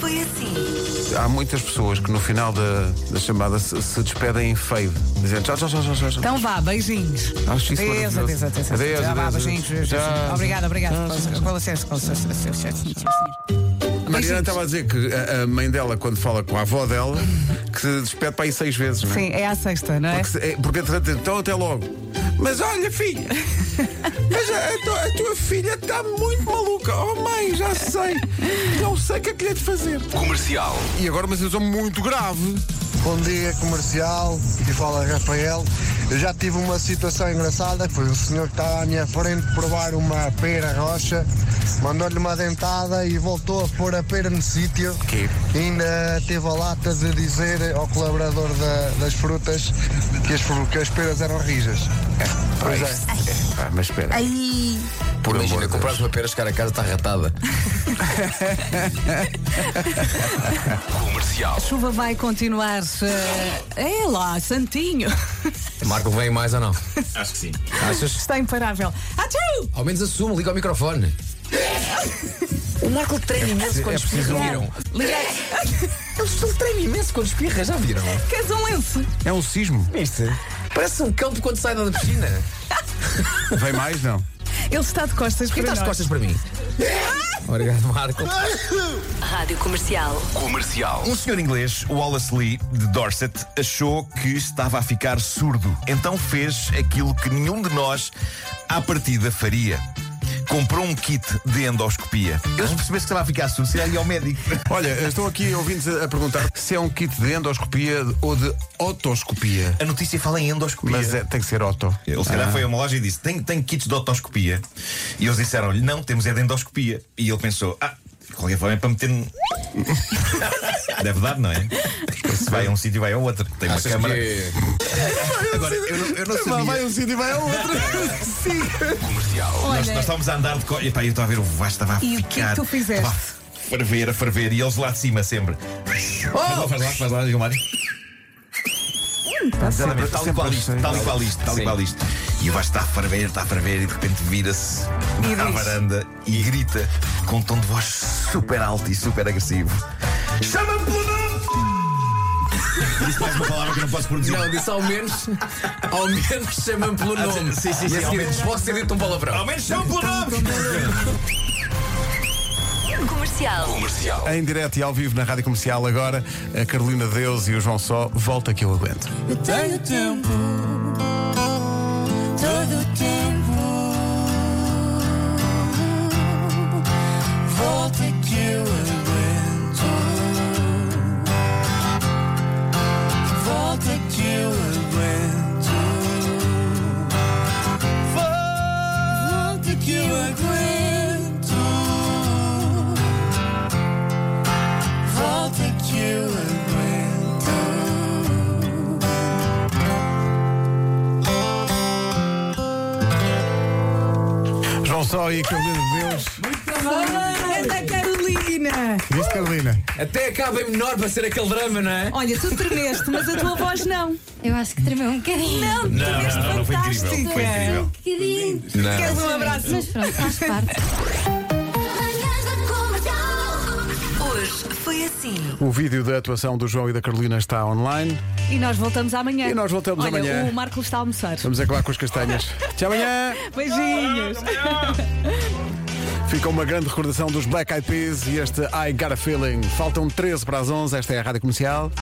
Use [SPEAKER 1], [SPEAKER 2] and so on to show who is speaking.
[SPEAKER 1] foi assim.
[SPEAKER 2] Há muitas pessoas que no final da, da chamada se, se despedem em fade, dizendo tchau, tchau, tchau, tchau, tchau.
[SPEAKER 3] Então vá, beijinhos.
[SPEAKER 2] Acho isso
[SPEAKER 3] Adeus,
[SPEAKER 2] maravilhoso.
[SPEAKER 3] adeus, adeus.
[SPEAKER 2] Adeus,
[SPEAKER 3] Já vá,
[SPEAKER 2] adeus,
[SPEAKER 3] beijinhos.
[SPEAKER 2] adeus. Tchau.
[SPEAKER 3] Obrigada, obrigada. Com licença, com licença.
[SPEAKER 2] A Mariana estava a dizer que a, a mãe dela, quando fala com a avó dela, que se despede para aí seis vezes, não é?
[SPEAKER 3] Sim, é à sexta, não é?
[SPEAKER 2] Porque, se- é, porque entretanto, então até logo. Mas olha, filha, mas a, a tua- a tua filha está muito maluca. Oh, mãe, já sei. Não sei o que é que lhe é de fazer.
[SPEAKER 4] Comercial.
[SPEAKER 2] E agora uma situação muito grave.
[SPEAKER 5] Bom dia, comercial. Aqui fala Rafael. Eu já tive uma situação engraçada. Foi um senhor que estava à minha frente provar uma pera rocha, mandou-lhe uma dentada e voltou a pôr a pera no sítio.
[SPEAKER 2] Quê?
[SPEAKER 5] E ainda teve a lata de dizer ao colaborador da- das frutas que as, fru- que as peras eram rijas. Pois é.
[SPEAKER 2] Ah, mas espera.
[SPEAKER 1] Aí.
[SPEAKER 2] Por amor
[SPEAKER 4] Imagina,
[SPEAKER 2] de Deus.
[SPEAKER 4] compraste uma pera, chegar a casa tá está ratada. Comercial.
[SPEAKER 3] A chuva vai continuar. eh, É lá, santinho.
[SPEAKER 4] Marco, vem mais ou não?
[SPEAKER 6] Acho que sim.
[SPEAKER 4] Achas?
[SPEAKER 3] Está imparável. Atchou!
[SPEAKER 4] Ao menos assume, liga ao microfone.
[SPEAKER 1] O Marco treina imenso quando espirra.
[SPEAKER 3] Liga
[SPEAKER 4] Ele treina é um imenso quando espirra, já viram?
[SPEAKER 3] Queres um lenço?
[SPEAKER 2] É um sismo.
[SPEAKER 4] Viste? Parece um campo quando sai da piscina.
[SPEAKER 2] Vem mais, não?
[SPEAKER 3] Ele está de costas
[SPEAKER 4] Porquê
[SPEAKER 3] para
[SPEAKER 4] estás de
[SPEAKER 3] nós.
[SPEAKER 4] costas para mim? Obrigado, Marco.
[SPEAKER 1] Rádio Comercial.
[SPEAKER 6] Um senhor inglês, Wallace Lee, de Dorset, achou que estava a ficar surdo. Então fez aquilo que nenhum de nós, à partida, faria. Comprou um kit de endoscopia. Eles percebessem que estava a ficar surdo, se ia ao médico.
[SPEAKER 2] Olha, estão aqui ouvintes a, a perguntar se é um kit de endoscopia ou de otoscopia.
[SPEAKER 6] A notícia fala em endoscopia. Ah.
[SPEAKER 2] Mas é- tem que ser oto.
[SPEAKER 6] Ele se calhar foi a uma loja e disse: tem, tem kits de otoscopia. E eles disseram-lhe: Não, temos é de endoscopia. E ele pensou: Ah, de qualquer forma é para meter. no-" Deve dar, não é? Se vai a um sítio, vai a outro. Tem uma
[SPEAKER 4] Achas
[SPEAKER 6] câmara.
[SPEAKER 3] é?
[SPEAKER 4] que-
[SPEAKER 6] Agora, eu não, eu não sabia.
[SPEAKER 2] Vai, vai um sítio e vai ao outro. Sim.
[SPEAKER 6] Nós, nós estávamos a andar de co... Epá, eu estava a ver o Vasco, estava a
[SPEAKER 3] né? E o que é que
[SPEAKER 6] ficar.
[SPEAKER 3] tu fizeste?
[SPEAKER 6] estava a Ferver, a ferver, e eles lá de cima sempre. Oh! Faz lá, faz lá, diga Mário. Exatamente, tal e qual
[SPEAKER 2] sempre
[SPEAKER 6] isto,
[SPEAKER 2] achei.
[SPEAKER 6] tal e qual isto, tal e
[SPEAKER 4] Sim.
[SPEAKER 6] qual isto. E o Vasco está a ferver, está a ferver, e de repente vira-se
[SPEAKER 3] E
[SPEAKER 6] à
[SPEAKER 3] diz.
[SPEAKER 6] varanda e grita com um tom de voz super alto e super agressivo: Chama-me pelo nome! Disse mais uma palavra que eu não posso produzir.
[SPEAKER 4] Não, disse ao menos, ao menos chama-me pelo
[SPEAKER 6] Ah,
[SPEAKER 4] nome.
[SPEAKER 6] sim, sim,
[SPEAKER 4] E
[SPEAKER 6] sim,
[SPEAKER 4] a
[SPEAKER 6] ao
[SPEAKER 4] seguir
[SPEAKER 6] menos.
[SPEAKER 4] diz, posso ter dito um palavrão.
[SPEAKER 6] Ao menos chama pelo nome!
[SPEAKER 1] Comercial.
[SPEAKER 2] Em direto e ao vivo na Rádio Comercial agora, a Carolina Deus e o João Só, volta que eu aguento.
[SPEAKER 7] Eu tenho tempo, todo o tempo. Volta que eu aguento. Volta que eu aguento. Volta que eu aguento. Volta que eu aguento.
[SPEAKER 2] João Só e a Carolina Deus.
[SPEAKER 3] Anda, Carolina!
[SPEAKER 2] Diz Carolina.
[SPEAKER 4] Até acaba em menor para ser aquele drama, não é?
[SPEAKER 3] Olha, tu tremeste, mas a tua voz não.
[SPEAKER 8] Eu acho que tremeu um bocadinho.
[SPEAKER 3] Não, tu
[SPEAKER 6] Não,
[SPEAKER 3] tremeste
[SPEAKER 6] não, não, não, foi incrível,
[SPEAKER 3] fantástica.
[SPEAKER 6] foi incrível.
[SPEAKER 8] Um bocadinho.
[SPEAKER 3] Queres um abraço?
[SPEAKER 8] Mas pronto, faz parte.
[SPEAKER 1] Hoje foi assim.
[SPEAKER 2] O vídeo da atuação do João e da Carolina está online.
[SPEAKER 3] E nós voltamos amanhã.
[SPEAKER 2] E nós voltamos
[SPEAKER 3] Olha,
[SPEAKER 2] amanhã.
[SPEAKER 3] O Marco está a almoçar.
[SPEAKER 2] Vamos acabar com as castanhas. Até amanhã!
[SPEAKER 3] Beijinhos.
[SPEAKER 2] Fica uma grande recordação dos Black Eyed Peas e este I Got a Feeling. Faltam 13 para as 11, esta é a Rádio Comercial.